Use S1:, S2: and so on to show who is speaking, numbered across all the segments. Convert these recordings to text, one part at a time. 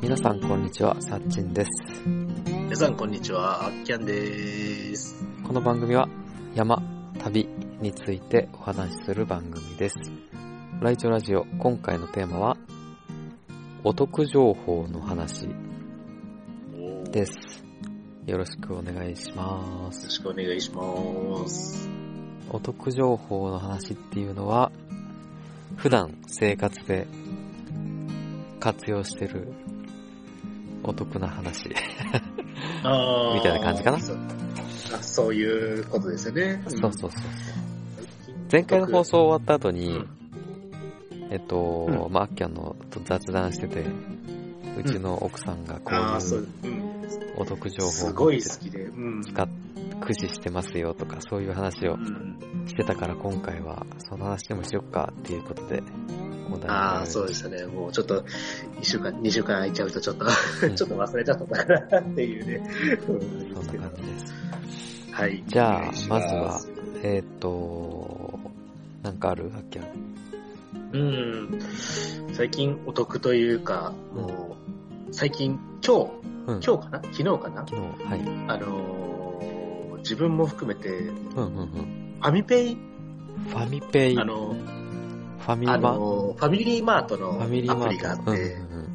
S1: 皆さんこんにちは、さっちんです。
S2: 皆さん、こんにちは。あっきゃんでーす。
S1: この番組は山、旅についてお話しする番組です。ライチョラジオ、今回のテーマは、お得情報の話
S2: おーよ
S1: です。よろしくお願いします
S2: ろ。しくお願いします。
S1: お得情報の話っていうのは、普段生活で活用してるお得な話。
S2: あー
S1: みたいな感じかな
S2: そうあそういうことですよね。
S1: そうそうそうそう。前回の放送終わった後に、えっと、まあ、アッキャンのと雑談してて、うちの奥さんがこ
S2: ああ、
S1: う
S2: そ
S1: いうう、
S2: うん。
S1: お得情
S2: す
S1: 報
S2: ご
S1: を
S2: い好きで。うん。
S1: 使っ駆使してますよとか、そういう話を
S2: うん
S1: してたから今回は、その話でもしよっかっていうことで、お題
S2: ああ、そうで
S1: で
S2: したね。もうちょっと、一週間、二週間空いちゃうと、ちょっと、
S1: す
S2: ちょっと忘れちゃったからっていうね。うん
S1: そんな感じです。
S2: はい。
S1: じゃあ
S2: お願いしす
S1: まずえーっと、なんかあるアッキャン。
S2: うん。最近お得というか、もう、最近、今日、
S1: うん。
S2: 今日かな昨日かな
S1: 昨日、はい。う
S2: あのー自分も含めて、フ
S1: んうんうん。
S2: ァミペイ、
S1: ファミペイ、
S2: あ
S1: フ
S2: のー、
S1: ァミ
S2: あ
S1: マ、フ
S2: のーファミリーマートの
S1: ァミリー
S2: ア
S1: マ
S2: プリ
S1: ート。
S2: があって
S1: う、んうん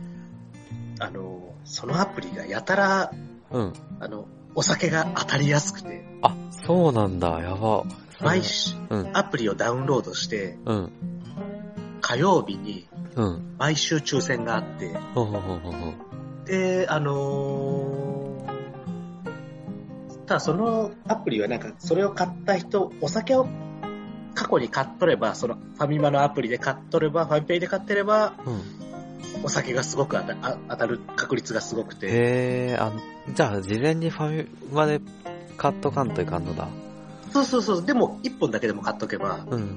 S2: あのーそのアプリがやたら、
S1: うん、うん。
S2: あの、お酒が当たりやすくて、
S1: あ、そうなんだ、やば。
S2: 毎週、
S1: うん、
S2: アプリをダウンロードして、
S1: うん、
S2: 火曜日に
S1: うん。
S2: 毎週抽選があって、
S1: ほうほうほうほうほう。
S2: で、あのーただそのアプリはなんか、それを買った人、お酒を過去に買っとれば、そのファミマのアプリで買っとれば、ファミペイで買ってれば、
S1: うん。
S2: お酒がすごく当たあ当たる確率がすごくて、
S1: へえ、あ、じゃあ、事前にファミマで買っとかんといかんのだ。
S2: そうそうそう、でも1本だけでも買っとけば、
S1: うん、うん。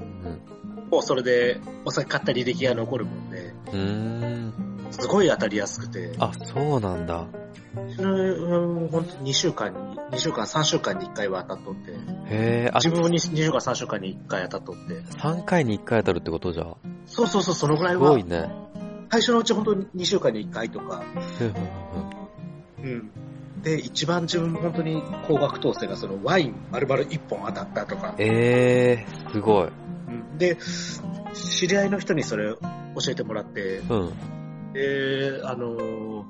S2: もうそれでお酒買った履歴が残るもんで、
S1: うーん。
S2: すごい当たりやすくて、
S1: あ、そうなんだ。
S2: うん、本当2週間に、2週間、3週間に1回は当たっとって、
S1: へえ、あ、
S2: 自分も 2, 週間、3週間に1回当たっとって、
S1: 3回に1回当たるってことじゃ。
S2: そうそうそう、そのぐらい
S1: す
S2: は
S1: ごい、ね。
S2: 最初のうち本当に2週間に1回とか、
S1: ふんふんふん
S2: うん。で、一番自分本当に高額当選がそのワイン丸々1本当たったとか、
S1: ええー、すごい。
S2: うんで、知り合いの人にそれ教えてもらって、
S1: うん。
S2: で、あのー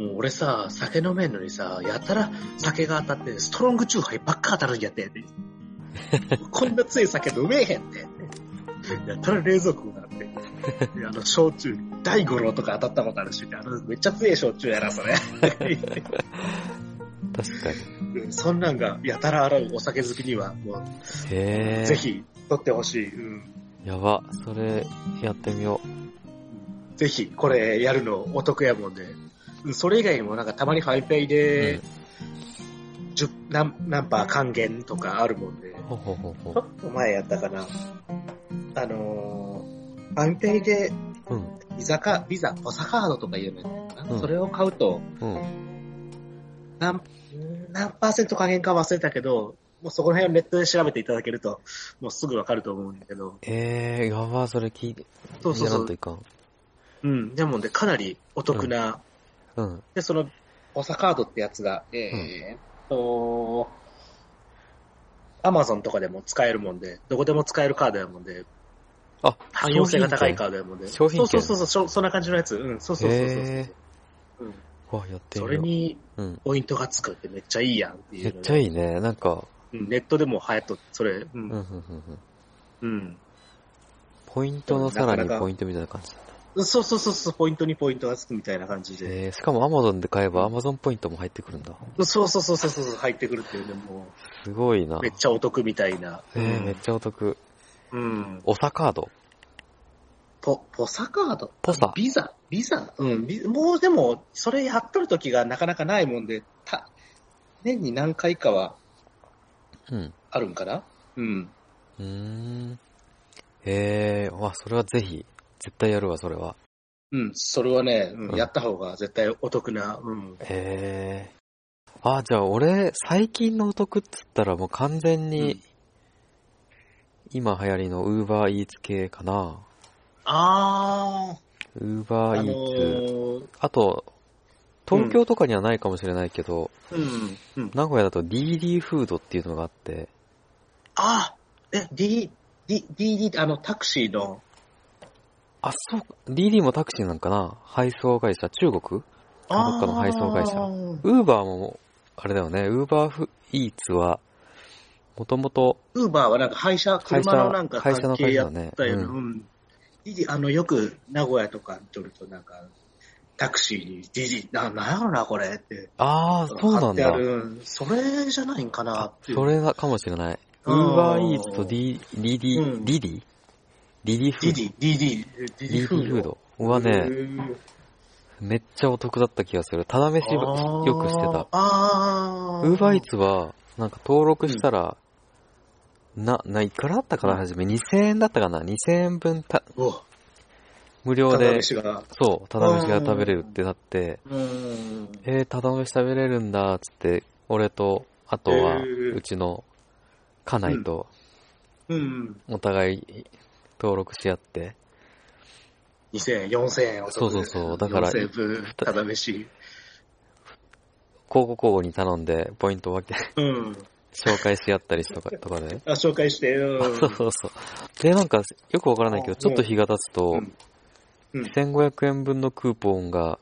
S2: もう俺さ、酒飲めんのにさ、やたら酒が当たって、ストロングチューハイばっか当たるんやってって。こんな強い酒飲めへんって。やたら冷蔵庫があって。であの、焼酎、大五郎とか当たったことあるし、あの、めっちゃ強い焼酎やな、それ。
S1: 確かに。
S2: うんそんなんが、やたら洗うお酒好きには、
S1: へ
S2: もう、
S1: え。
S2: ぜ。ひ、取ってほしい。うん。
S1: やば。それ、やってみよう。
S2: ぜひ、これやるのお得やもんで。うんそれ以外にも、なんかたまにファイペイで、
S1: うん
S2: 10何何パー還元とかあるもんで、ち
S1: ほうほうほうほ
S2: ょっと前やったかな。あのー、ファミペイで、
S1: う。うん。
S2: ビザか、ビザ、ポサカードとかいうのやつかな、
S1: うん
S2: それを買うと、
S1: うん。
S2: 何、何パーセント還元か忘れたけど、もうそこら辺をネットで調べていただけると、もうすぐわかると思うんだけど、
S1: ええー、やば。それ聞いて、
S2: そうそう
S1: やら
S2: そ
S1: んと
S2: う。
S1: いかん。
S2: うん。でもね、かなりお得な、
S1: うん。
S2: で、その、ポサカードってやつが、えーっと、アマゾンとかでも使えるもんで、どこでも使えるカードやもんで、
S1: あ、
S2: 汎用性が高い
S1: か
S2: カードやもんで。
S1: 商品券
S2: そうそうそうそう、そんな感じのやつ。うん、そうそうそうそう。
S1: へ
S2: うん、
S1: ー。わ、やってみよ。
S2: そうれに
S1: うん。
S2: ポイントがつくってめっちゃいいやんっていう
S1: め
S2: ので。
S1: っちゃいいね。なんか、
S2: うん、ネットでも流行っとって、それ。う。
S1: うんん、う、
S2: うん。
S1: うんんポイント
S2: ト
S1: の
S2: の
S1: さ
S2: さ
S1: ら
S2: ら
S1: に
S2: に
S1: ポ
S2: ポ
S1: イントみたいな感じだった。
S2: そうそうそうそう、ポイントにポイントがつくみたいな感じで。
S1: えー、しかも Amazon で買えば Amazon ポイントも入ってくるんだ。
S2: そうそうそうそうそう、入ってくるっていうね、も
S1: すごいな
S2: う、め。っちゃお得みたいな。
S1: えー、めっちゃお得。
S2: うん。
S1: オサカード
S2: ポ、ポサカード
S1: ポサ。
S2: ビザビザうん、ビもうでも、それやっとる時がなかなかないもんで、た、年に何回かは
S1: うん。
S2: あるんかなうん。
S1: うーん。えー、わ、それはぜひ、絶対やるわ、それは。
S2: うん、それはね、
S1: う
S2: うんん、やった方が絶対お得な、うん。
S1: えあ、じゃあ俺、最近のお得っつったらもう完全
S2: うん
S1: に、今流行りの Uber Eats 系かな。
S2: ああ、
S1: Uber
S2: あの
S1: Eats。
S2: ー、
S1: あと、東京とかにはないかもしれないけど、
S2: うん、うん。
S1: 名古屋だと DD フードっていうのがあって、
S2: ああ、え、D、D、D、D、あの、タクシーの、
S1: あ、そうか、DD もタクシーなんかな配送会社、中国どっかの配送会社
S2: あー
S1: ?Uber も、あれだよね、Uber Eats は、もともと
S2: ウーバーはなんか配車、
S1: 会社
S2: 車のなんか
S1: 会社の
S2: 関係
S1: 会社
S2: や
S1: だ
S2: っ
S1: ね。
S2: たよね。
S1: う
S2: うんん。DD あの、よく名古屋とかに撮るとなんか、タクシーに DD、な、なんやろな、これって。
S1: ああ、そうなん
S2: 貼
S1: だ
S2: ってあ。るうんそれじゃないんかな
S1: あ
S2: っていう。
S1: それがかもしれない。
S2: うん
S1: Uber Eats と D、DD、
S2: うん
S1: DD? DD フード
S2: DD、DD、DD フ
S1: ?DD フー
S2: ード。
S1: ドは
S2: へ
S1: ね、
S2: ー
S1: めっちゃお得だった気がする。ただ飯ば
S2: あー
S1: よくしてた。
S2: ああ。
S1: Uber Eats は、なんか登録したら、な、な、いくらだったかなはじめ、2000円だったかな ?2000 円分た、
S2: お
S1: 無料
S2: ただ
S1: で、
S2: 飯が。
S1: そう、ただ飯が食べれるってなって、
S2: うん。
S1: えー、ただ飯食べれるんだ、つって、俺と、あとは、
S2: えー
S1: うちの、家内と、
S2: うん。
S1: お互い、登録し合って、
S2: 2000円、4000円お得
S1: そうそうそうだから
S2: 4000円分、ただ飯。
S1: 交互交互に頼んで、ポイントを分け、
S2: うん。
S1: 紹介し合ったりとか、とかで。
S2: あ、紹介して。う
S1: そ
S2: ん。
S1: うそうそう。で、なんか、よくわからないけど、
S2: あ
S1: ちょっと日が経つと、
S2: うんうん
S1: 1500円分のクーポンが、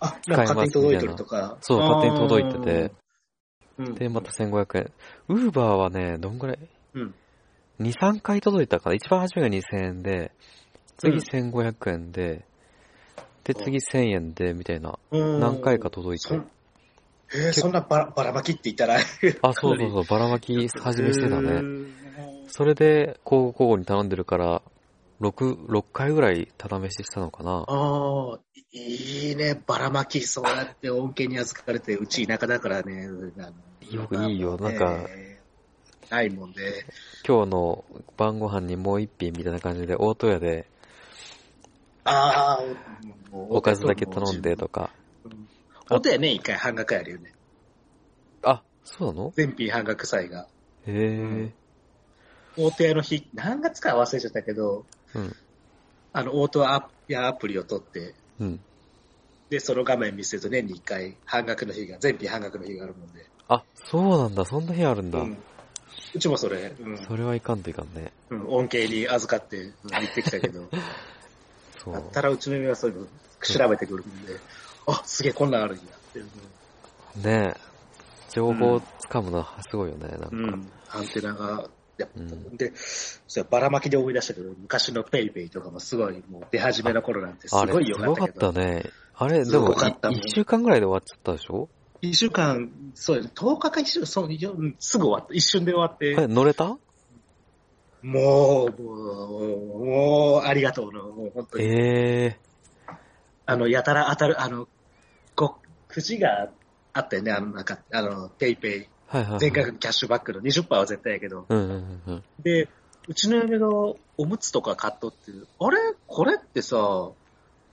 S2: あ、なんか勝手に届いてるとか。
S1: そう、
S2: あ
S1: 勝
S2: ー
S1: 手に届いてて、。
S2: うん
S1: で、また1500円。ウーバーはね、どんぐらい
S2: うん。
S1: ?2、3回届いたかな一番初めが2000円で、次
S2: うん
S1: 1500円で、で、次1000円で、みたいな、
S2: うん
S1: 何回か届い
S2: そ
S1: て
S2: ん。えー、そんなばらばらまきって言ったら。
S1: あ、そうそうそう、ばらまき始めしてた
S2: う
S1: ね。
S2: ん。
S1: それで、交互交互に頼んでるから、6、6回ぐらいただ飯したのかな
S2: ああ、いいね、ばらまき、そうやって恩恵に預かれて、うち田舎だからね、うん
S1: よくいいよなんか、
S2: ないもんで、
S1: 今日の晩ご飯にもう一品みたいな感じで、大戸屋で
S2: ああ、もう
S1: おかずだけ頼んでとか。
S2: うん本当やね、一回半額やるよね。
S1: あ、そうなの
S2: 全品半額祭が。
S1: へ
S2: ん
S1: え。
S2: 大手屋の日、何月か忘れちゃったけど、
S1: うん。
S2: あの、大手屋アプリを取って、
S1: うん。
S2: で、その画面見せると年に一回半額の日が、全品半額の日があるもんで。
S1: あ、そうなんだ。そんな日あるんだ。
S2: うんうちもそれ、うん
S1: それはいかんといかんね。
S2: うん恩恵に預かってうん行ってきたけど、
S1: そ
S2: だ
S1: う
S2: っ。たらうちの嫁はそういうの調べてくるんで、あ、すげえこんなんあるんやって。
S1: ねえ。情報をつかむのはすごいよね。なんか。
S2: うんうんアンテナが、やっぱ
S1: うん
S2: で、そればらまきで思い出したけど、昔のペイペイとかもすごい、もう出始めの頃なんてす
S1: あ
S2: ご
S1: れ、
S2: い
S1: す
S2: 良か
S1: ご
S2: っ
S1: か
S2: た
S1: っ
S2: け
S1: た
S2: ど、
S1: ね。あれ、ですも、
S2: ごかったもん
S1: 1週間ぐらいで終わっちゃったでしょ
S2: 一週間、そうです10日か一週、そう、ようんすぐ終わった、一瞬で終わっ て
S1: あ、れ、乗れた
S2: もう、もう、もう、ありがとうの、もう本当に。
S1: ええ
S2: あの、やたら当たる、あの、ご、くじがあったよね、あの、なんか、あの、ペイペイ、
S1: はいはいはい。
S2: 全額キャッシュバックの20%は絶対やけど、
S1: うんうんうんうん。
S2: で、うちの嫁がおむつとか買っとって、あれこれってさ、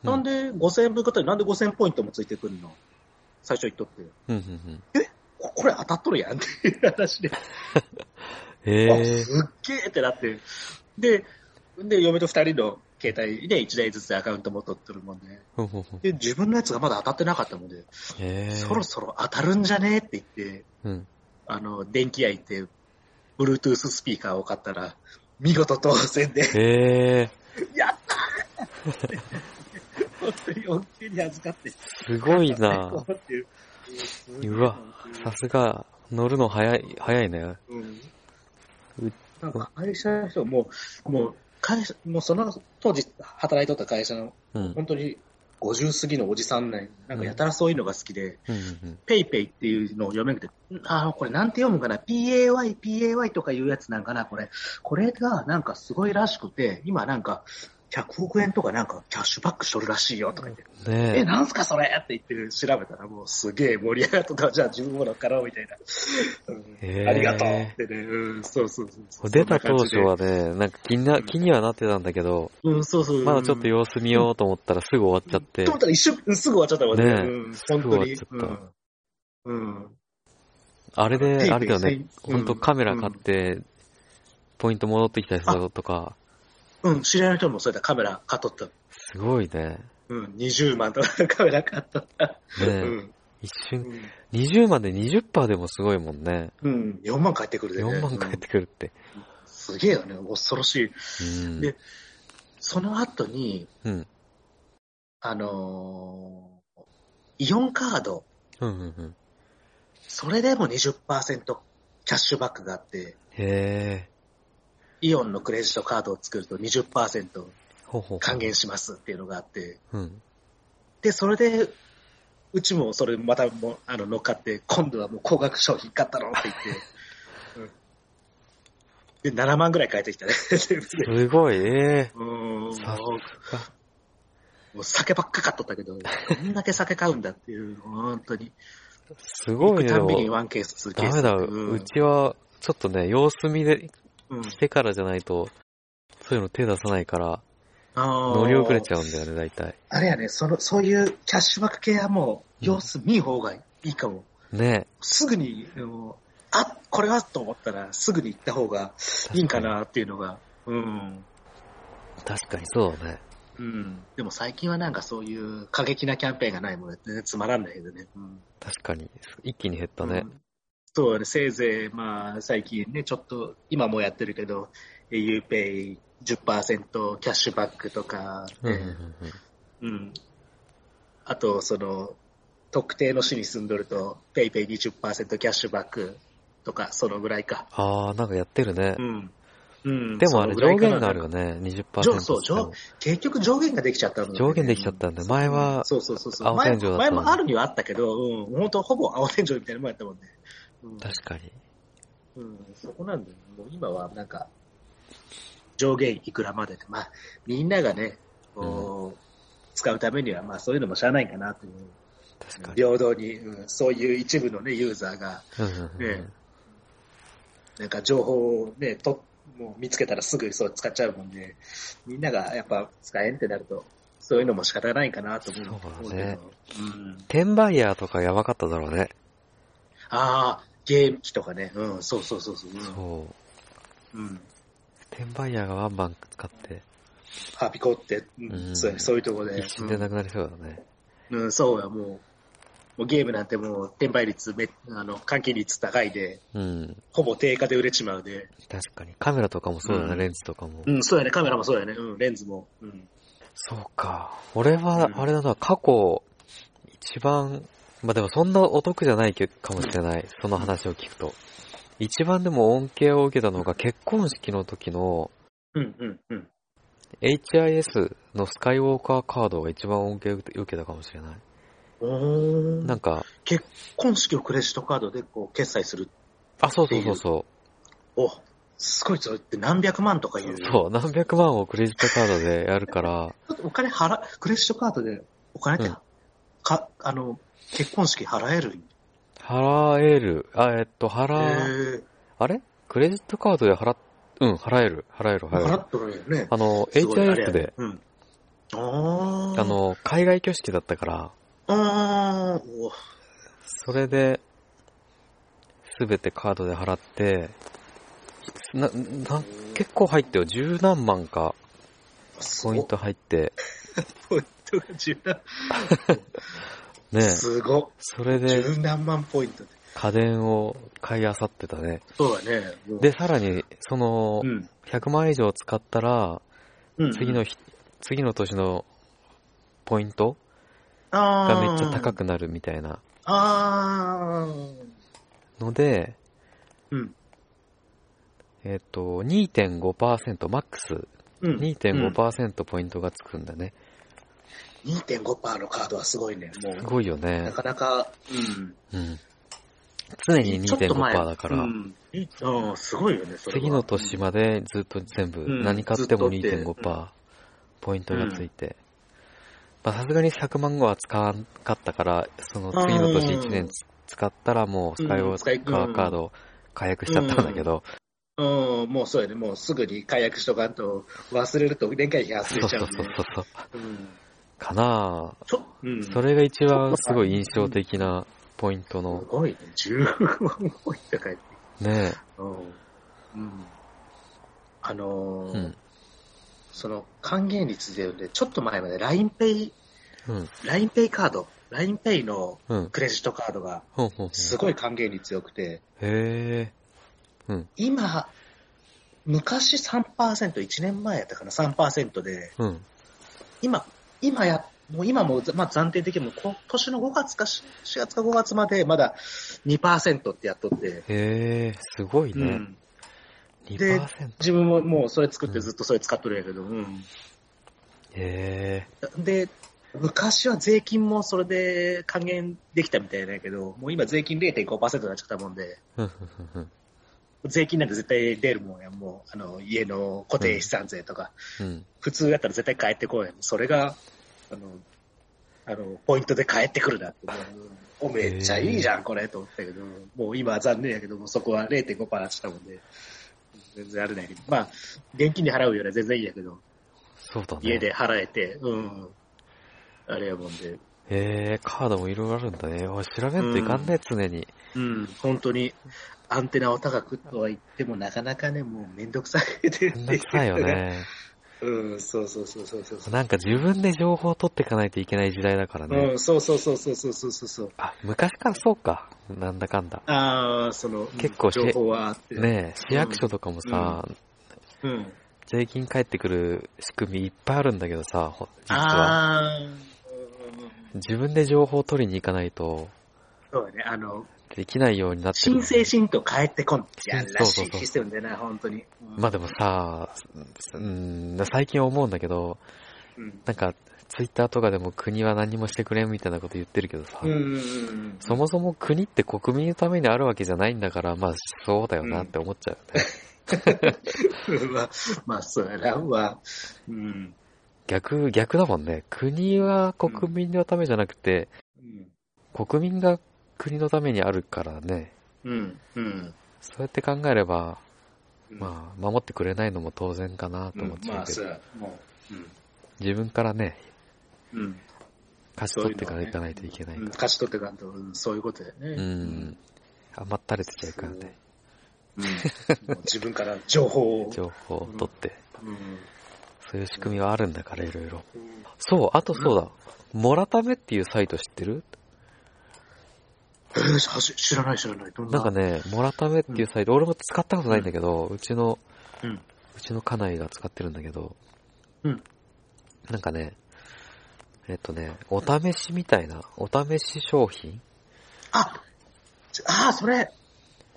S2: なんで5000円分買ったらなんで5000ポイントもついてくんの最初言っとって。
S1: うんうんうん。
S2: ここれ当たっとるやんっていう話で、
S1: え
S2: あ
S1: え
S2: すっげえってなって。で、で、嫁と二人の携帯で1台ずつアカウントも取っとるもんね。
S1: ふんふんふん
S2: で、自分のやつがまだ当たってなかったもんで、
S1: ええ
S2: そろそろ当たるんじゃねえって言って、
S1: うん。
S2: あの、電気屋行って、Bluetooth スピーカーを買ったら、見事当選で、
S1: ええ
S2: やったー本当に恩恵に預かって、
S1: すごいな。
S2: 最高っていう
S1: うわ、さすが、乗るの早い、早いね。
S2: うん
S1: う
S2: なんか会社の人も、もう、会社、もうその当時働いとった会社の、
S1: うん。
S2: 本当に50過ぎのおじさんね、なんかやたらそういうのが好きで、
S1: うんうん
S2: ペイペイっていうのを読めなくて、ああ、これなんて読むかな、PAY、PAY とかいうやつなんかな、これ。これがなんかすごいらしくて、今なんか100億円とかなんかキャッシュバックしとるらしいよとか言って、
S1: うん。ね
S2: え、なんすかそれって言って調べたらもうすげえ盛り上がってた、じゃあ自分も乗っかろうみたいな。うん
S1: へー
S2: ありがとうってね、うん、そうそうそうそう。
S1: 出た
S2: そ
S1: 当
S2: んな感じ
S1: 初
S2: で
S1: はね、なんか気にな、気にはなってたんだけど、
S2: うん、そうそう。
S1: まだちょっと様子見ようと思ったらすぐ終わっちゃって
S2: と思っ、たら一瞬、うんすぐ終わっちゃったわ
S1: ねえ
S2: うん、本
S1: す
S2: 当に。う
S1: ぐ終わっちゃった
S2: んうん。
S1: あれ
S2: テイ
S1: で、
S2: ク
S1: あれだよね、
S2: うん
S1: 本当カメラ買って、ポイント戻ってきた人とか、
S2: うん、知り合いの人もそうやったカメラ買っとった。
S1: すごいね。
S2: うん、20万とか カメラ買っとった。
S1: ね、
S2: うん。
S1: 一
S2: う
S1: 瞬、
S2: ん
S1: 20万で20%でもすごいもんね。
S2: うん、4万返ってくるでね。
S1: 4万返ってくるって。
S2: うんすげえよね、恐ろしい。
S1: うん。
S2: でその後に、
S1: うん。
S2: あのーイオンカード、
S1: うんうんうん。
S2: それでも20%キャッシュバックがあって、
S1: へえ。
S2: イオンのクレジットカードを作ると20%
S1: ほうほうほう。
S2: 還元しますっていうのがあって、
S1: うん。
S2: で、それで、うちもそれまたもうあの乗っかって、今度はもう高額商品買ったのって言 って、うん、で、7万ぐらい返ってきたね、 全部で。
S1: すごい、ええ。
S2: うーんもう
S1: さ
S2: もう酒ばっか買っとったけど、こんだけ酒買うんだっていう、本当に。
S1: すごい
S2: 行く
S1: ね。
S2: たんびにワンケース、2ケー
S1: ダ
S2: ス。
S1: メだ、
S2: うん
S1: うちは、ちょっとね、様子見で、
S2: うん
S1: してからじゃないと、そういうの手出さないから、
S2: あー
S1: 乗り遅れちゃうんだよね、大体。
S2: あれやね、その、そういうキャッシュバック系はもう、様子見ん方がいいかも。
S1: ね
S2: すぐに、あのあ、これはと思ったら、すぐに行った方がいいんかなっていうのが。うん。
S1: 確かにそうだね。
S2: うん。でも最近はなんかそういう過激なキャンペーンがないもんね。全然つまらんないけどね。うん。
S1: 確かに。一気に減ったね
S2: う。んそうだね。せいぜい、まあ、最近ね、ちょっと、今もやってるけど、UPay10% キャッシュバックとか、
S1: うんうんうんうん
S2: うん。あと、その、特定の市に住んどると、PayPay20% キャッシュバックとか、そのぐらいか。
S1: ああ、なんかやってるね
S2: う。ん。うん。
S1: でもあれ上限がある
S2: よ。
S1: よね、20%。
S2: 上そう上結局上限ができちゃったの、
S1: 上限できちゃったんだ
S2: う
S1: 前は
S2: そうそうそうそう。
S1: 青天井だったのに
S2: 前も前もあるにはあったけど、うん。本当ほぼ青天井みたいなもんやったもんね。うん。
S1: 確かに。
S2: うん、そこなんだよ。もう今はなんか、上限いくらまでで、まあ、みんながね、こう、使うためには、まあそういうのもしゃあないかなという。
S1: 確かに。
S2: 平等に、うん、そういう一部のね、ユーザーが、
S1: うんうんうん
S2: ねなんか情報をね、ともう見つけたらすぐそう使っちゃうもんで、みんながやっぱ使えんってなると、そういうのも仕方ないかなと思う
S1: そうだ
S2: 思けど
S1: ね
S2: うん、
S1: 転売ヤーとかやばかっただろうね。
S2: ああ、ゲーム機とかね、うん、そうそうそうそう、うん
S1: そう。
S2: うん、
S1: 転売ヤーがワンバン使って、
S2: ハピコって、うん
S1: うん
S2: そうやそういうとこで、
S1: 一瞬でなくなりそうだね。
S2: うんうん、そうや、もう、もうゲームなんてもう転売率め、あの、換金率高いで、
S1: うん。
S2: ほぼ定価で売れちまうで、
S1: 確かに。カメラとかもそうだ
S2: う
S1: ね、
S2: ん
S1: レンズとかも
S2: う。ん、そうやね、カメラもそうやね、うん、レンズも、うん、
S1: そうか。俺は
S2: う、ん
S1: あれだな、過去、一番、まあでもそんなお得じゃないけかもしれない。その話を聞くと。一番でも恩恵を受けたのが結婚式の時の
S2: うん、うん、うん。
S1: HIS のスカイウォーカーカードが一番恩恵を受けたかもしれない。
S2: おー
S1: なんか、
S2: 今式をクレジットカードでこう決済する。
S1: あ、そうそうそうそ
S2: お、すごいそれって何百万とかいう。
S1: う。そう、何百万をクレジットカードでやるから、
S2: だってお金払、クレジットカードでお金って、
S1: うん
S2: か、あの、結婚式払えるん
S1: 払える。あ、えっと、払、
S2: え
S1: あれクレジットカードで払っ、うん、払える。払える、払え
S2: 払
S1: る。
S2: っとるよね。
S1: あの、
S2: すごいあれ
S1: HIS で、。
S2: うん。あー
S1: あ、の、海外挙式だったから、
S2: あーお
S1: それで、すべてカードで払って、な、な、結構入ってよ。十何万か、
S2: す
S1: ポ
S2: ご
S1: イント入って、
S2: ポイントが十
S1: ね
S2: 何、すご
S1: それで
S2: 十何万ポイントで。
S1: 家電を買い漁ってたね。
S2: そうだね。もう
S1: で、、さらに、その
S2: う、ん。
S1: 100万以上使ったら、
S2: うん
S1: 次の、日、次の年のポイント
S2: が
S1: がめっちゃ高。くなるみたいな
S2: あー
S1: ので、
S2: うん。
S1: えっと、2.5%、マックス
S2: うん。
S1: 2.5%ポイントがつくんだね。
S2: 2.5%のカードはすごいね。も
S1: す
S2: う、
S1: ごいよね
S2: な。かなか、
S1: う
S2: うん。
S1: ん。常に
S2: ちょっと前
S1: 2.5%だか
S2: う
S1: ら、
S2: ん、いうんすごいよね、それは
S1: 次の年までずっと全部、
S2: うん
S1: 何買っても
S2: ずっとってう
S1: 2.5%ポイントがついて、まあさすがに100万後は使わんかったから、その次の年1年つ使ったらもうスカイウォーカーカードを解約しちゃったんだけど、
S2: うん、もうそうやね、もうすぐに解約しとかんと、忘れると年会費
S1: そう
S2: 忘
S1: そ
S2: れ
S1: うそう
S2: ちゃ
S1: う
S2: ね。
S1: そうそう、
S2: うん
S1: かな
S2: ちょうん
S1: ぁ。それが一番すごい印象的なポイントの
S2: す。ごいね。15万ポイント返って
S1: ね
S2: うん。うん。あの
S1: え。
S2: ー
S1: うん。
S2: その還元率で言うんで、ちょっと前まで LINEPay、
S1: うん。
S2: LINEPay カード、LINEPay の
S1: うん。
S2: クレジットカードが
S1: ほんほんほん。
S2: すごい還元率良くて、
S1: へえ。うん。
S2: 今、昔3%、1年前やったかな、3%で、
S1: うん。
S2: 今、今や、もう今も、まあ、暫定的にも、今年の5月か4月か5月までまだ2%ってやっとって、
S1: へえ。すごいうね。
S2: ん、で
S1: 2%。
S2: 自分ももうそれ作ってずっとそれ使っとるんやけど、うん、
S1: へえ。
S2: で、昔は税金もそれで還元できたみたいだけど、もう今税金0.5%になっちゃったもんで、
S1: ふんふんふんふん
S2: 税金なんて絶対出るもんや、もう、あの、家の固定資産税とか、
S1: うん。
S2: 普通だったら絶対返ってこないそれが、あの、あの、ポイントで返ってくるなって、もうおめっちゃいいじゃん、これ、と思ったけど、もう今は残念やけど、もうそこは0.5%パーしたもんで、全然あれないけど、まあ、現金で払うよりは全然いいやけど、
S1: そうだね。
S2: 家。で払えて、うん、あれやもんで、
S1: へえ、カードもいろいろあるんだね。おい調べんといかんね、常に。
S2: うん、本当に、アンテナを高くとは言っても、なかなかね、もうめんどくさいで。
S1: めんどくさいよ。ね。
S2: うん、そうそうそうそうそうそう。
S1: なんか自分で情報を取っていかないといけない時代だからね。
S2: うん、そうそうそうそうそうそうそうそう。
S1: あ、昔からそうか。なんだかんだ。
S2: ああ、その、
S1: 結構し
S2: 情報はあって。。
S1: ねえ、市役所とかもさ、
S2: うん。
S1: 税金返ってくる仕組みいっぱいあるんだけどさ、ほ実は。
S2: ああ、うんうんうん
S1: 自分で情報を取りに行かないと、
S2: そうだね、あの、
S1: できないようになってる。
S2: 申請しんと帰ってこんってやらし
S1: そうそう
S2: い
S1: そう
S2: システムでな、本当に。うん
S1: まあでもさ、うん、最近思うんだけど、
S2: うん。
S1: なんか、ツイッターとかでも国は何もしてくれんみたいなこと言ってるけどさ、
S2: うんうんうん。
S1: そもそも国って国民のためにあるわけじゃないんだから、まあそうだよなって思っちゃうよね。
S2: まあ、まあ、そらは、うん。
S1: 逆、逆だもんね。国は国民のためじゃなくて、
S2: うん。
S1: 国民が国のためにあるからね。
S2: うん。うん。
S1: そうやって考えれば、
S2: うん
S1: まあ、守ってくれないのも当然かなと思っちゃうけど、
S2: うんまあ、そうもう、
S1: 自分からね、
S2: うん。うん。
S1: 勝ち取ってからいかないといけない
S2: うん
S1: か
S2: 勝ち取っていかんと、うんそういうことだよね。
S1: ら。うん。余ったれてちゃうからね。
S2: うん。もう自分から情報を。
S1: 情報を取って。
S2: うん。
S1: そういう仕組みはあるんだから、いろいろ。そう、あとそうだ。モラタメっていうサイト知ってる
S2: えーし知らない知らない。どん
S1: な
S2: な。
S1: んかね、モラタメっていうサイト、俺も使ったことないんだけど、うちの、
S2: うん。
S1: うちの家内が使ってるんだけど、
S2: うん。
S1: なんかね、えっとね、お試しみたいな、お試し商品
S2: あちあー、それ、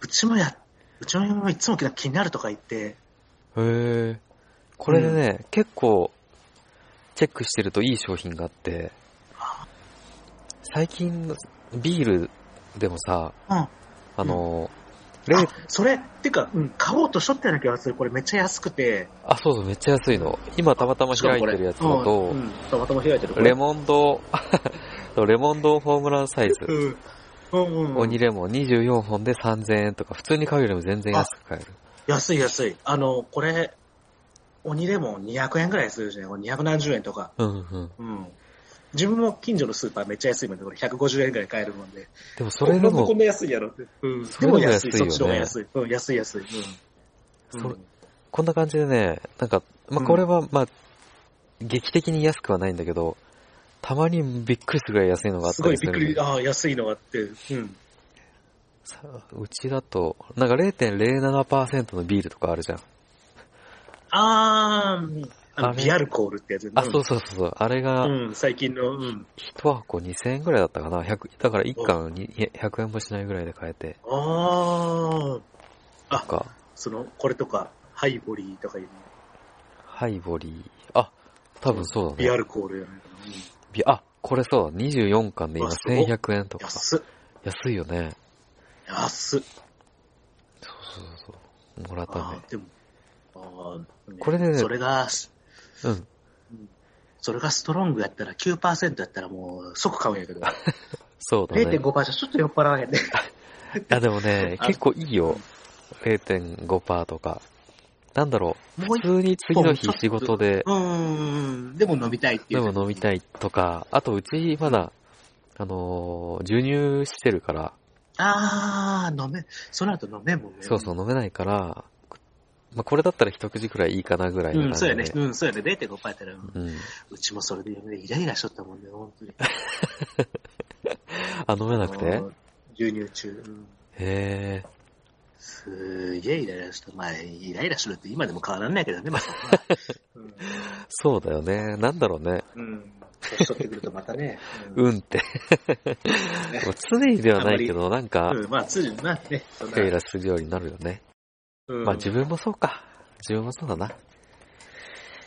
S2: うちもや、うちの嫁もいつも気になるとか言って、
S1: へーこれでね、結構、チェックしてるといい商品があって、
S2: あ
S1: 最近のビールでもさ、
S2: うん。
S1: あの、レ
S2: あ
S1: ー、
S2: それ、ってか、うん、買おうとしとったような気がする。これめっちゃ安くて。
S1: あ、そうそう、めっちゃ安いの。今たまたま開いてるやつだ
S2: う
S1: と
S2: ん、う、んたまたま開いてる。
S1: レモンド、 レモンドホームランサイズ、
S2: うん。うんうん。
S1: 鬼レモン24本で3000円とか、普通に買うよりも全然安く買える。
S2: 安い安い。あの、これ、鬼レモン200円ぐらいするじゃないこれ ?270 円とか。
S1: うんうん。
S2: うん。自分も近所のスーパーめっちゃ安いもんで、これ150円ぐらい買えるもんで。
S1: でもそれで
S2: なん
S1: も
S2: こん、な安いやろって。うん。
S1: そ
S2: で
S1: れで
S2: も
S1: も
S2: 安い、
S1: 安い
S2: そ
S1: よ
S2: っ
S1: ね
S2: ちの方が安い。うん、安い安い。うん。
S1: それ
S2: う
S1: こんな感じでね、なんか、まあ、これは、まあ、劇的に安くはないんだけど、たまにびっくりするぐらい安いのがあ
S2: ん、
S1: っ
S2: す
S1: た
S2: ごい
S1: りす
S2: びっ
S1: る
S2: く
S1: ん
S2: り。
S1: で。
S2: ああ、安いのがあって。うん。
S1: さうちだと、なんか0.07%のビールとかあるじゃん。
S2: あーあの、
S1: あれ
S2: ビアルコールってやつ。
S1: あ、そう
S2: そ
S1: そうそうそう。あれが、
S2: うん、最近の、うん。
S1: 一箱2000円ぐらいだったかな。100だから1缶に100円もしないぐらいで買えて。
S2: ああ、
S1: なんか、
S2: その、これとか、ハイボリーとかいう、
S1: ハイボリー。あ、多分そうだね。
S2: ビアルコールやないかな。うん
S1: ビあ、これそうだ。24缶で今
S2: あすごい
S1: 1100円とか。
S2: 安っ。
S1: 安いよね。
S2: 安っ。
S1: そうそうそう。もらった
S2: あ
S1: ね。
S2: ーでも、あーね
S1: これでね
S2: それが、
S1: うん。
S2: うんそれがストロングやったら9%やったらもう即買うん やけど、
S1: そうだね。
S2: 0.5%ちょっと酔っ払わへん ね。
S1: いやでもね、
S2: あ
S1: 結構いいよ。0.5%とか。なんだろう。
S2: もう
S1: 普
S2: 一
S1: 通に次の日
S2: もうちょっと
S1: 仕事で
S2: う、ーん、でも飲みたいってい
S1: で
S2: う。
S1: も飲みたいとか、あとうちまだあのー、授乳してるから、
S2: あー、飲め、その後飲めんもんね。
S1: そうそう、飲めないから、まあ、これだったら一口くらいいいかなぐらいの
S2: うん、そう
S1: 感
S2: や
S1: じ
S2: ね
S1: で。。
S2: うん、そうやね。0.5パーやったら、うん
S1: うん。
S2: うちもそれでイライラしとったもんね、本当に。
S1: あ、飲めなくて
S2: 牛乳中。うん
S1: へえ。
S2: すげえイライラした。まあ、イライラするって今でも変わらんないけどね、まあ、うん。
S1: そうだよね。なんだろうね。
S2: うん。年取ってくるとまたね。ん。
S1: うん って。常にではないけど、なんか、
S2: うん、まあ、つじな、ね、そん
S1: イ
S2: な
S1: ライラするようになるよね。
S2: うん
S1: まあ自分もそうか。自分もそうだな。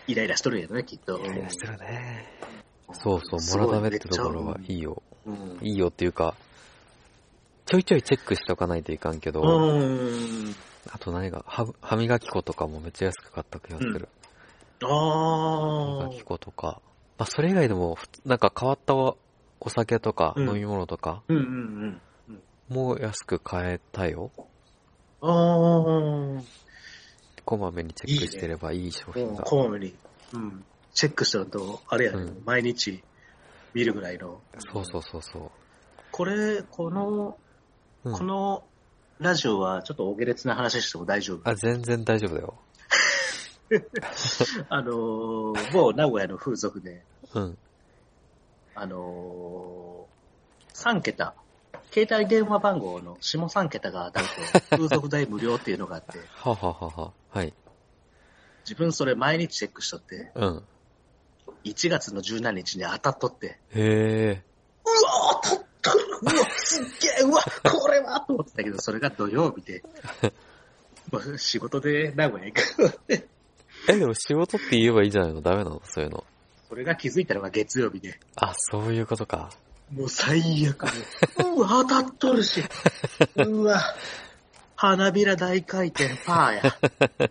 S2: イライラしとるんやろね、きっと。
S1: イライラしてるね。
S2: うん
S1: そうそう、モラダメってところはいいよ。
S2: すごいめっちゃ
S1: いいよっていうか、ちょいちょいチェックしておかないといかんけど、
S2: うん。うん。
S1: あと何が、歯歯磨き粉とかもめっちゃ安く買った気がする。歯
S2: あ
S1: 磨き粉とか。まあそれ以外でも、ふつなんか変わったおお酒とか
S2: うん
S1: 飲み物とか
S2: ー。うんうんうん。
S1: も安く買えたよ。
S2: あ
S1: こまめにチェックしてればいい商
S2: あ、
S1: 品が。
S2: こまめに。うん。チェックしたのと、あれやね、
S1: うん
S2: 毎日見るぐらいの。
S1: そうそうそうそう。
S2: これ、この、
S1: うん
S2: このラジオはちょっとお下劣な話しても大丈夫。
S1: あ、全然大丈夫だよ。
S2: あのー、某名古屋の風俗で、
S1: うん。
S2: あのー、3桁、携帯電話番号の下3桁が 当たると風俗代無料っていうのがあって、
S1: はははは。はい。
S2: 自分それ毎日チェックしとって、
S1: うん。
S2: 1月の17日に当たっとって、
S1: へえ。
S2: うわ当たっとるうわすっげえうわこれはと思ってたけど、それが土曜 日で、もう仕事で名古屋行くので、
S1: え、でも仕事って言えばいいじゃないのダメなのそういうの。
S2: それが気づいたのが月曜日で、
S1: あ、そういうことか。
S2: もう最悪で。うわ、当たっとるし。うわ、花びら大回転パーや。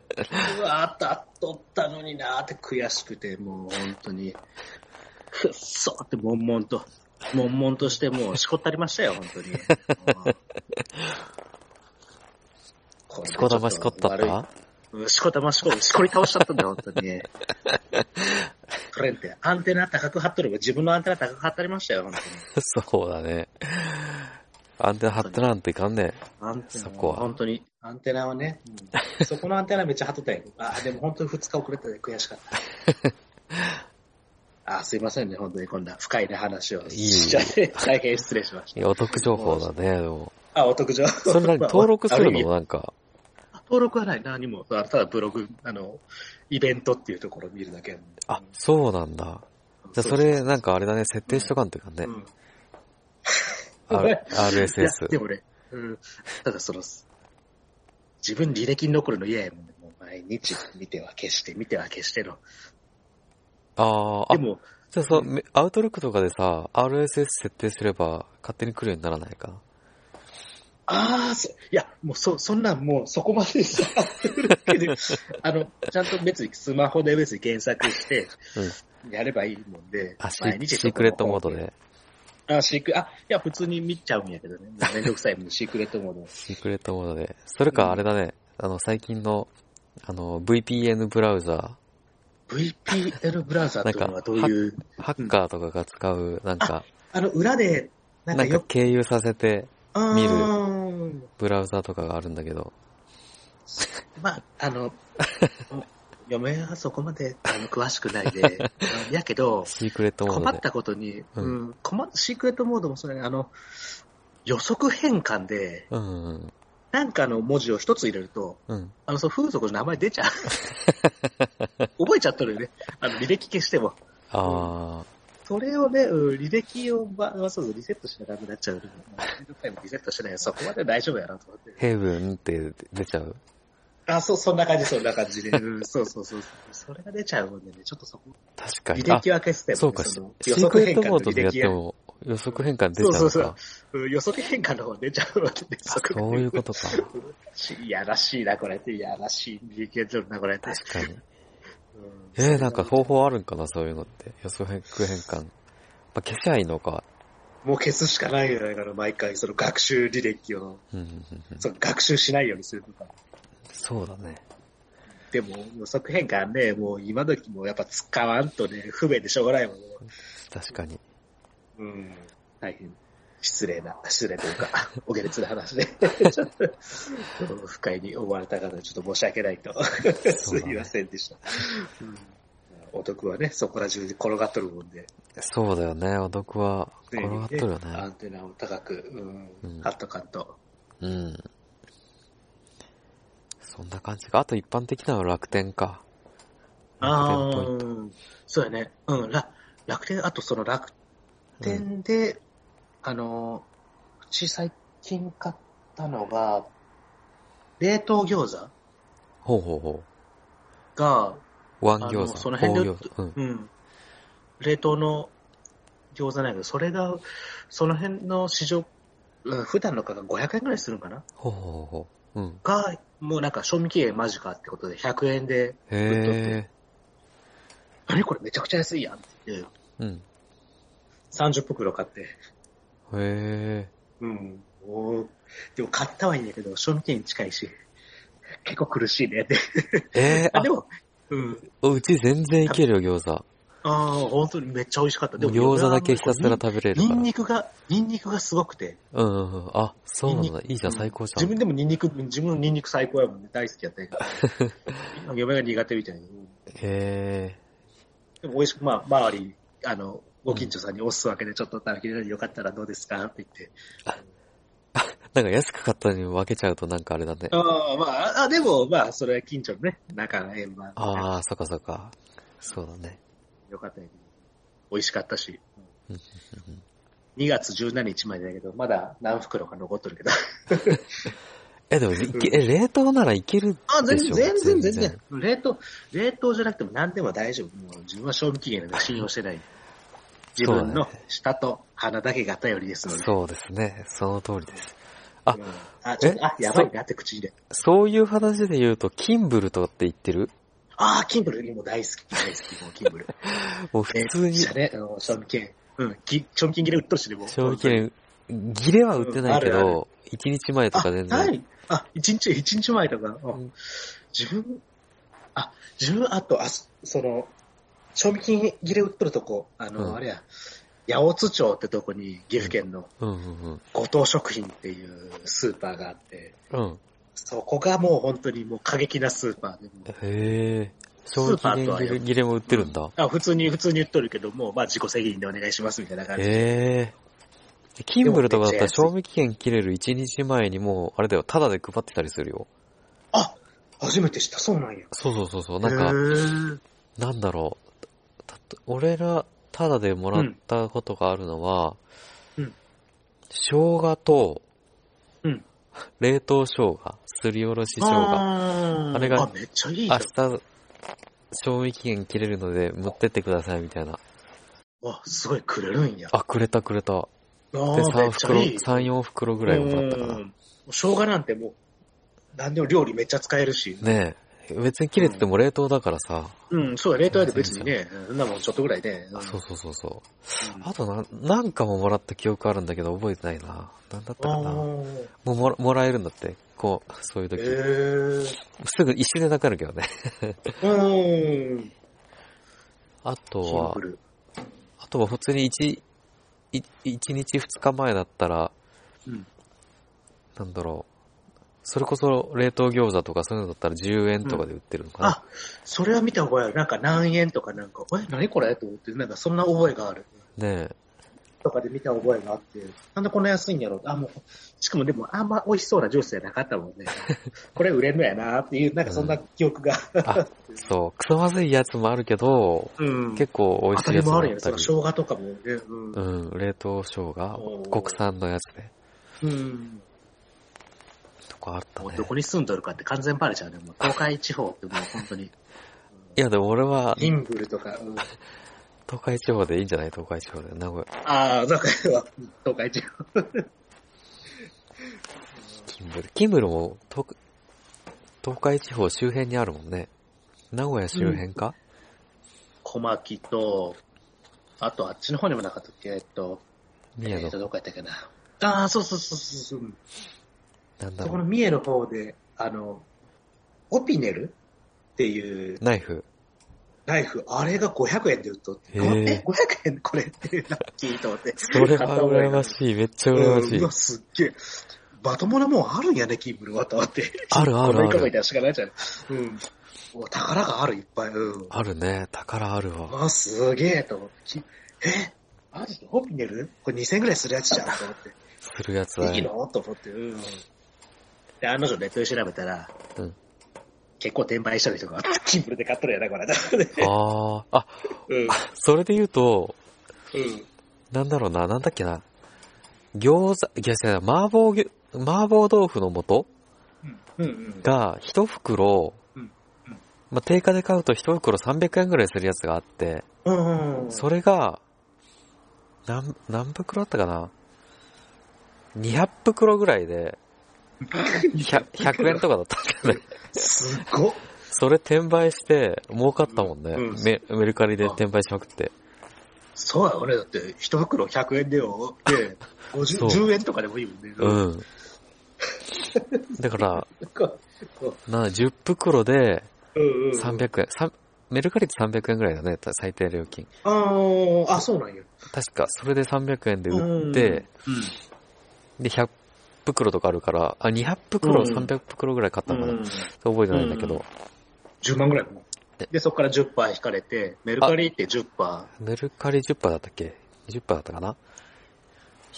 S2: うわ、当たっとったのになーって悔しくて、もう本当に。くっそーって悶々と、悶々としてもうしこったりましたよ、本 当に。うん
S1: しこだましこったっ
S2: 悪い
S1: た
S2: うんしこたましこ、しこり倒しちゃったんだよ、本当に。トレンって、アンテナ高く張っとる自分のアンテナ高く張ってありましたよ、本当に。
S1: そうだね。アンテナ張ってなんていかんね
S2: アンテナ
S1: そこは
S2: 本当に、アンテナはね、うんそこのアンテナめっちゃ張っとったんやけど、あーでも本当に2日遅れたで悔し かった。あーすいませんね、本当にこんな深いね話をしちゃって、大変失礼しまし
S1: いやお得情報だね、でも。
S2: た。あ、お得情
S1: そ れ何登録する
S2: ああ意
S1: の
S2: 味
S1: なんか。
S2: 登録はない、何も。ただブログ、あの、イベントっていうところを見るだけなんで。
S1: あ、そうなんだ。じゃあ
S2: う
S1: そうれ、なんかあれだね、設定しとかんというかね
S2: う。ん
S1: R-
S2: いやで
S1: RSS。
S2: もね、うん、ただその、自分履歴に残るの嫌やもんね。もう毎日見ては消して、見ては消しての。
S1: あー
S2: で
S1: あ、
S2: も、
S1: じゃあそう、めアウトロックとかでさ、RSS 設定すれば勝手に来るようにならないか。
S2: ああ、そいや、もうそ、そんなんもうそこまでさ、だ けであの、ちゃんと別にスマホで別に検索して、やればいいもんで、
S1: あ、シ
S2: 毎日
S1: シークレットモードで。
S2: あ、シーク、あ、いや、普通に見ちゃうんやけどね。めんどくさいもんで、シークレットモー ド。
S1: シークレットモードで。それか、あれだね。あの、最近の、あの、VPN ブラウザ
S2: VPN ブラウザーというのはどういう、
S1: ー、ハッカーとかが使う、なんか、
S2: あの、裏で、なん
S1: な
S2: か
S1: んか
S2: よく、
S1: 経由させて、
S2: あ
S1: 見
S2: ー
S1: ブラウザとかがあるんだけど。
S2: まあ、あ の、嫁はそこまであの詳しくないで、 うんやけど、
S1: シークレットモー
S2: 困
S1: ドで。
S2: ったことに、
S1: う
S2: うんん困っシークレットモードもそれ、あの、予測変換で、
S1: うんうん
S2: なんかの文字を一つ入れると、
S1: うん。うん。
S2: あの、その風俗の名前出ちゃ う。覚えちゃっとるよね。あの、履歴消しても。
S1: あ
S2: それをね、うん履歴をわわざわざリセットしなダメになっちゃうので。リセットしてないよ。そこまで大丈夫やなと思って
S1: ー、。ヘイブンって出ちゃう。
S2: あ、そう、そんな感じ、そんな感じで。うん、そうそうそう。それが出ちゃうもんでね、ちょっとそこ、
S1: 確かに。
S2: 履歴は消して
S1: あ、
S2: も、
S1: そうか、シ
S2: その
S1: シークレットモード
S2: の
S1: でやって
S2: が
S1: も予測変換出ちゃうのか。
S2: そうそうそううん予測変換の方が出ちゃうわけで、
S1: あそういうことか。
S2: しいやらしいな、これって。いやらしい履歴が出るな、これって。
S1: 確 かに。
S2: うん
S1: えー、なんか方法あるんかな、そういうのって。予測変換。まあ、消しゃいいのか。
S2: もう消すしかないよね、だから毎回、その学習履歴を、
S1: うんうんうんうん。
S2: その学習しないようにするとか。
S1: そうだね。
S2: でも、予測変換ね、もう今時もやっぱ使わんとね、不便でしょうがないもんね。
S1: 確かに。
S2: うん。大変失礼な、失礼というか、お下劣な話で、ちょっと、不快に思われた方、ちょっと申し訳ないと、すいませんでした。うんお得はね、そこら中に転がっとるもんで、
S1: そうだよね、お得は。転
S2: 常に
S1: が
S2: ね
S1: っとるよ
S2: ア
S1: ね。
S2: ンテナを高く、
S1: う
S2: う
S1: ん
S2: ん、カットカット。
S1: うん。そんな感じか。あと一般的なのは楽天か。
S2: あ
S1: 楽天ポイント。
S2: あ、そうやね。うん、ら楽天、あとその楽
S1: うん
S2: 天で、あのー、うち最近買ったのが、冷凍餃子
S1: ほうほうほ
S2: が、
S1: う。ワン餃
S2: あ
S1: 子。
S2: のその辺で
S1: 棒餃子。うん。
S2: うん、冷凍の餃子なんやけど、それが、その辺の市場、うん普段の価格500円ぐらいするんかな
S1: ほうほうほうほう。うん。
S2: が、もうなんか賞味期限間近ってことで100円で、
S1: へえ。
S2: 何これめちゃくちゃ安いやんって言って、
S1: うん。
S2: 30袋買って、
S1: へえ。
S2: うん。おーでも買ったはいいんだけど、賞味期限近いし、結構苦しいねって。
S1: えー、
S2: あ、でも、うん。
S1: あ、うち全然いけるよ、餃子。
S2: ああ、本当にめっちゃ美味しかった。でも
S1: 餃子だけひたすら食べれる
S2: ニ
S1: から
S2: ン。ニクが、ニンニクがすごくて。
S1: うんうんうん。あ、そうなん
S2: ニン
S1: だ
S2: ニ。
S1: いいじゃん、最高じゃ
S2: 自
S1: ん。
S2: 分でもニンニク、自分のニンニク最高やもんね。大好きやったん やけど嫁が苦手みたいに。うん
S1: へえ。
S2: でも美味しく、まあ、周り、あの、ご近所さんにおすわけで、ちょっと食べきれないでよかったらどうですかって言って。
S1: なんか安く買ったのに分けちゃうとなんかあれだね。
S2: ああ、まあ、あ、でも、まあ、それは近所のね、仲の円満。
S1: ああ、そっかそっか。そうだね。
S2: よかったんやけど美味しかったし。
S1: うんう
S2: 2月17日までだけど、まだ何袋か残っとるけど。
S1: え、でもいけ、え、冷凍ならいける
S2: あ、全
S1: でし
S2: 然、
S1: ょ
S2: 全然、全然。冷凍、冷凍じゃなくても何でも大丈夫。もう自分は賞味期限なんで信用してない。自分の舌と鼻だけが頼りですので。
S1: そうですね。その通りです。
S2: う
S1: あ
S2: んあ、ちょっと、あ、
S1: え
S2: やばいなって口で。
S1: そういう話で言うと、キンブルとかって言ってる
S2: あー、キンブル、もう大好き、大好き、もうキンブル。
S1: もう 普通
S2: え
S1: に
S2: じゃ、あね、あの賞味期限。うん、き賞味期限切れ売っとるしね、もう。
S1: 賞味期限、ギレは売ってないけ
S2: うんある
S1: ど、1日前とか全
S2: あ、な
S1: 然。
S2: いあ、一日、一日前とか。あ
S1: うん
S2: 自分、あ、自分、あと、あそその、賞味期限切れ売っとるとこ、あの、
S1: うん
S2: あれや、八百津町ってとこに岐阜県の
S1: うんうん
S2: 五島食品っていうスーパーがあって、
S1: うん。うん。
S2: そこがもう本当にもう過激なスーパーで、もう
S1: へえ。賞味期
S2: スーパー
S1: 限
S2: とは
S1: 切れ
S2: よ
S1: 切れも売ってるんだ。
S2: あ普通に、普通に言っとるけど、もう、まあ自己責任でお願いしますみたいな感じ。
S1: へえ。でキンブルとかだったら賞味期限切れる1日前にもう、あれだよ、タダで配ってたりするよ。
S2: あ初めて知った、そうなんや。
S1: そうそうそうそう。なんか、
S2: か、
S1: なんだろう。たと俺ら、ただでもらったことがあるのは、
S2: うんうん
S1: 生姜と、
S2: うん
S1: 冷凍生姜、すりおろし生姜。
S2: あー
S1: あれが
S2: あ、めっちゃいいじゃ
S1: 明
S2: ん。
S1: 日、賞味期限切れるので持ってってくださいみたいな。
S2: あ、すごいくれるんや。
S1: あ、くれたくれた。
S2: あ
S1: で、
S2: ーめ
S1: 3
S2: っちゃ
S1: 袋、
S2: いい。
S1: 3、4袋ぐらいもらったか
S2: う
S1: な。
S2: ん生姜なんてもう、何でも料理めっちゃ使えるし。
S1: ねえ、別に切れてても冷凍だからさ。
S2: うん、そうや、冷凍やで別にね、そんなもんちょっとぐらいね。うん
S1: そうそうそうそう。
S2: うん
S1: あとな、なんかももらった記憶あるんだけど覚えてないな。なんだったかな。も
S2: あー
S1: うもらもらえるんだって。こう、そういう
S2: へ
S1: 時。
S2: ー
S1: すぐ一瞬でなくなるけどね。
S2: うん。
S1: あと
S2: シン
S1: は
S2: プ、ル。
S1: あとは普通に一、い一日二日前だったら、
S2: うん
S1: なんだろう。それこそ冷凍餃子とかそういうのだったら10円とかで売ってるのかな
S2: あ。、それは見た覚えある。なんか何円とかなんか、え、何これと思って、なんかそんな覚えがある。
S1: ね
S2: とかで見た覚えがあって、なんでこんな安いんやろうあ、もう、しかもでもあんま美味しそうなジュースじゃなかったもん ね。これ売れんのやなっていう、なんかそんな記憶が。
S1: え。 あ、そう。クソまずいやつもあるけど、
S2: うん。
S1: 結構美味しいやつ
S2: 当
S1: もあ
S2: たり前あるよ
S1: っ
S2: ね。
S1: た
S2: その
S1: り。
S2: 生姜とかもね。うん
S1: うん、冷凍生姜
S2: お、ー
S1: 国産のやつね。
S2: うん。
S1: とかあった
S2: もう
S1: ね
S2: ど。こに住んどるかって完全バレちゃうね。もう東海地方ってもう本当に。
S1: いや、でも俺は、
S2: インブルとか。うん
S1: 東海地方でいいんじゃない東海地方で。名古屋、
S2: ああ、なんか東海地方。
S1: キンブル。キンブルも、東東海地方周辺にあるもんね。名古屋周辺か、
S2: 小牧と、あとあっちの方にもなかったっけえっと、
S1: 宮
S2: え
S1: 野
S2: っと、。どこやったっけな。ああ、そうそうそうそうそう。
S1: なんだろ
S2: そこ
S1: う
S2: の。三重の方で、あの、オピネルっていう、
S1: ナイフ。
S2: ナイフ、あれが500円で売っとって、
S1: へ
S2: え、
S1: ー
S2: 500円これって、ラッキーと思って。
S1: それは羨ま
S2: い。
S1: しい。めっちゃ羨まし
S2: うんう
S1: い
S2: わ、。すっげえ。まともなもんあるんやね、キーブルはと思って。
S1: あるある
S2: こ
S1: あ
S2: れ以下もい
S1: る。
S2: たらしかないじゃん。うん。うわ宝がある、いっぱい。うん。
S1: あるね。宝あるわ。
S2: あ、すげえと思って。きえマジでホピネルこれ2000円ぐらいするやつじゃんと思って。
S1: するやつだ
S2: いい
S1: よ。
S2: のと思って、うん。で、案の定ネットで調べたら、
S1: うん
S2: 結構転売した人が、キンブルで買っとるやな、これ。
S1: ああ。あ、
S2: うん。うん。
S1: それで言うと、なんだろうな、なんだっけな。餃子、いや、違う麻婆ぎょ、麻婆豆腐の素
S2: うん。うん。
S1: が一袋
S2: うんうん、
S1: まあ、定価で買うと一袋300円ぐらいするやつがあって、
S2: うん。
S1: それが、何、何袋あったかな ?200 袋ぐらいで、100, 100円とかだったんだよね。
S2: すっごっ。
S1: それ転売して、儲かったもんね。
S2: うん
S1: メメルカリで転売しまくって。
S2: そうや、俺だって、一袋100円でよ。 で、
S1: そう
S2: 50 10円とかでもいいもんね。
S1: うん。だから、
S2: ここ
S1: な、10袋で
S2: う。うんうん。
S1: 300円。さんメルカリって300円ぐらいだね、最低料金。
S2: あーあ、そうなんや。
S1: 確か、それで300円で売って、
S2: うん、
S1: で、100袋とかあるから、あ、200袋、
S2: うん
S1: 300袋ぐらい買った
S2: うん
S1: のかな。
S2: うん。
S1: 覚えてないんだけど、
S2: 10万ぐらいもん
S1: で
S2: で、そこから10%引かれて、メルカリって10%。
S1: メルカリ10%だったっけ ?10% だったかな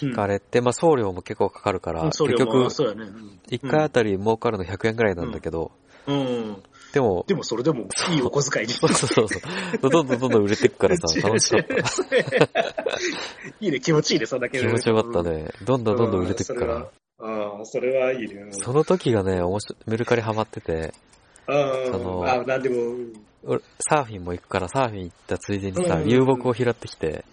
S2: 引
S1: 引かれて、まあ送料も結構かかるから、結
S2: 送料も
S1: 局、
S2: そうやね。うん
S1: 1回あたり儲かるの100円ぐらいなんだけど、
S2: うん。
S1: でも、
S2: でもそれでもいいお小遣いに。
S1: そうそうそうそう。どんどんどんどん売れていくからさ、楽しかった。
S2: いいね、気持ちいいね、そんだけ。
S1: 気持ちよかった。ね。どんどんどんどん売れていくから。。
S2: ああ、それはいいね。
S1: その時がね、面白メルカリハマってて、
S2: あ
S1: その
S2: あ、あなんでも。うん
S1: 俺サーフィンも行くから、サーフィン行ったついでに
S2: うん
S1: さ、
S2: うんうん
S1: 流木を拾ってきて、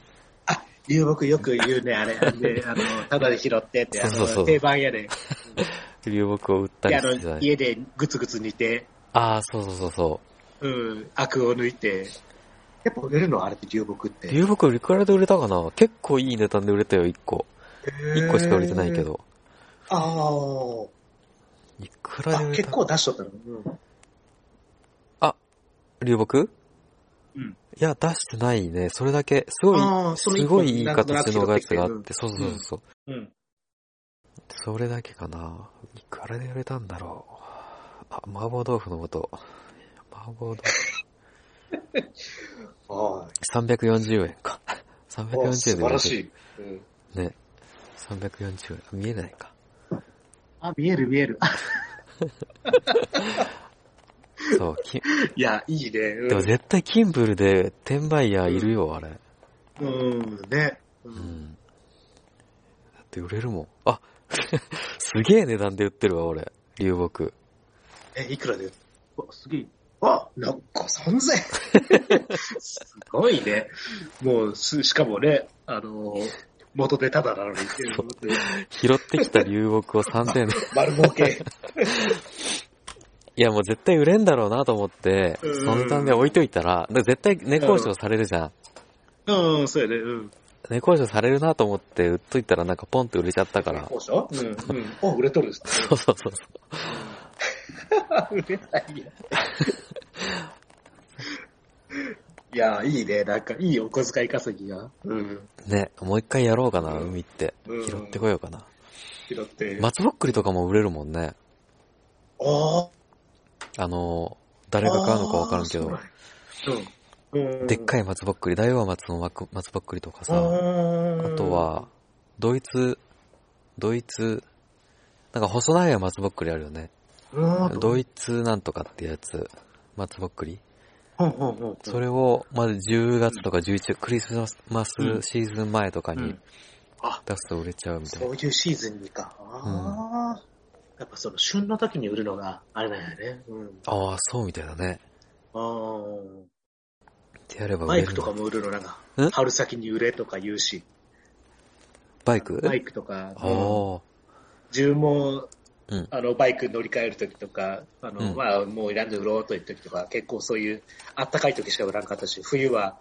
S2: あ、流木よく言うね、あれ。 で、あの、ただで拾ってって、あ
S1: そうそうそ
S2: の、
S1: う
S2: 定番やね。
S1: 流木を売った
S2: で、
S1: り
S2: あ
S1: してた
S2: の、
S1: り。
S2: 家でぐつぐつ煮て、
S1: ああ、そうそうそうそ
S2: うん、アクを抜いて。やっぱ売れるのあれって流木っ
S1: う。
S2: て。
S1: 流木いくらで売れたかな結構いい値段で売れたよ、1個。1個しか売れてないけ。ど。
S2: ああ。
S1: いくら
S2: あ
S1: で売れ
S2: 結
S1: た
S2: 構出しとったの。うん
S1: 流木
S2: うん。
S1: いや、出してないね。それだけ、すごい
S2: あ、ーその一
S1: す
S2: 個
S1: ごいいい形のやつがあって、そうそううんそうそう。
S2: うん。
S1: それだけかな。いくらで売れたんだろう。あ、麻婆豆腐の素。麻婆豆腐。
S2: あ
S1: 340円か。
S2: あ、お
S1: 340円で
S2: 素晴
S1: 売
S2: ら
S1: れ
S2: して
S1: る。
S2: い。うん
S1: ね。340円。見えないか。
S2: あ、見える見える。あ
S1: そう。き
S2: いや、いいね。うん
S1: でも絶対キンブルで転売ヤーいるよ、あれ。
S2: うん、ね。う
S1: うんん。だって売れるもん。あ、 すげえ値段で売ってるわ、俺。流木。
S2: え、いくらでうわ、すげえ。あ、なんか3000すごいね。もう、すしかもね、あのー、元でタダなのに、
S1: 拾ってきた流木を3000円で。
S2: 丸儲け。
S1: いや、もう絶対売れんだろうなと思って、
S2: うん
S1: その値段で置いといたら、で絶対値交渉されるじゃん。
S2: うん、そうやね。うん。
S1: 値交渉されるなと思って売っといたらなんかポンって売れちゃったから。
S2: こうでしょうん、うん。お、売れとるです。
S1: そうそうそうそう。
S2: 売れないや。 いや、いいね。なんか、いいお小遣い稼ぎが。うん。
S1: ね、もう一回やろうかな、
S2: うん
S1: 海って。
S2: うん
S1: 拾ってこようかな。
S2: 拾って。
S1: 松ぼっくりとかも売れるもんね。
S2: ああ。
S1: あの、誰が買うのかわからんけど。
S2: あー。そうなんやうん。うん
S1: でっかい松ぼっくり、大和松の松松ぼっくりとか
S2: あ
S1: さ、あと、は、ドイツ、ドイツ、なんか細長い松ぼっくりあるよね。ド
S2: い
S1: イツなんとかってやつ、松ぼっくり。
S2: うんうんうんうん、
S1: それを、まだ10月とか11、クリスマスシーズン前とか
S2: う
S1: に
S2: んあ、
S1: 出すと売れちゃうみたいな。
S2: そういうシーズンにか。あーやっぱその旬の時に売るのがあれなんやね。うん、
S1: ああ、そうみたいだね。
S2: あー
S1: ってやれば
S2: バ
S1: 売れ
S2: イ
S1: る
S2: クとか
S1: の。
S2: も売るのなんか
S1: ん、
S2: 春先に売れとか言うし、
S1: バイク
S2: バイクとか、
S1: ああ、
S2: 自分も
S1: うん。
S2: あのバイク乗り換える時とか、あの
S1: うん
S2: まあ、もういらんで売ろうという時とか、結構そういうあったかい時しか売らんかったし、冬は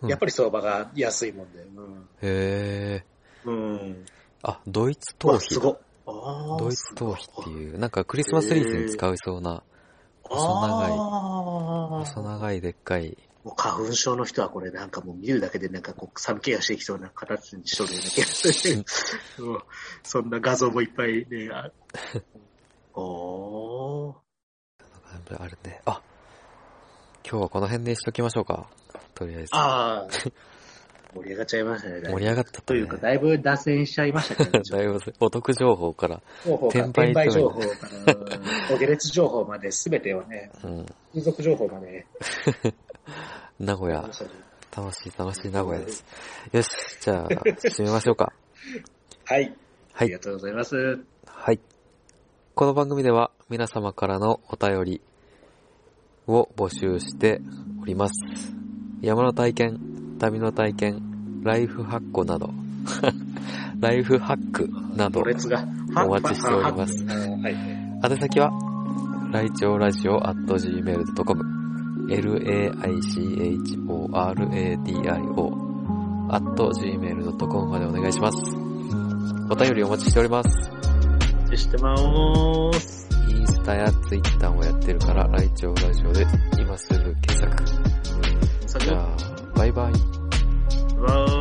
S1: うん
S2: やっぱり相場が安いもんで。うん
S1: へえ。
S2: うん。
S1: あ、ドイツ
S2: う
S1: 頭
S2: わす
S1: 皮。
S2: ごっあー
S1: ドイツ頭皮っていう、なんかクリスマスリーズに使いそうな細長い
S2: あ
S1: 細長いでっかい。
S2: もう花粉症の人はこれなんかもう見るだけでなんかこう寒気がしてきそうな形にしとるような気がする。もうそんな画像もいっぱい ね、あおー。
S1: あるね。あ今日はこの辺でしときましょうか。とりあえず。
S2: ああ。盛り上がっちゃいましたね。だ
S1: 盛
S2: いぶ
S1: り上がった
S2: と
S1: と
S2: いうか、だいぶ脱線しちゃいましたけど、ね、
S1: だいぶお得情報から。
S2: 情報から、
S1: 転
S2: 転
S1: 売
S2: 売
S1: 情
S2: 情
S1: 報
S2: 報から、お下列情報まで、すべてをね、
S1: うん。
S2: 風俗情報まで、
S1: 名古屋
S2: 話。したね
S1: 楽しい楽しい名古屋です。よし。じゃあ、締めましょうか。
S2: はい。
S1: は
S2: あ
S1: い
S2: りがとうございます。
S1: はい。この番組では皆様からのお便りを募集しております。山の体験、旅の体験、ライフハッコなど、 ライフハックなど
S2: ド、レツが、
S1: お待ちしております
S2: ははい。
S1: 宛先は、ライチョウラジオ at gmail.com、laichoradio at gmail.com までお願いします。お便りお待ちしております。
S2: お待ちしてまーす。
S1: インスタやツイッターもやってるから、ライチョウラジオで今すぐ検索。
S2: さ
S1: じゃ
S2: よ
S1: あ、バイバイ。
S2: なら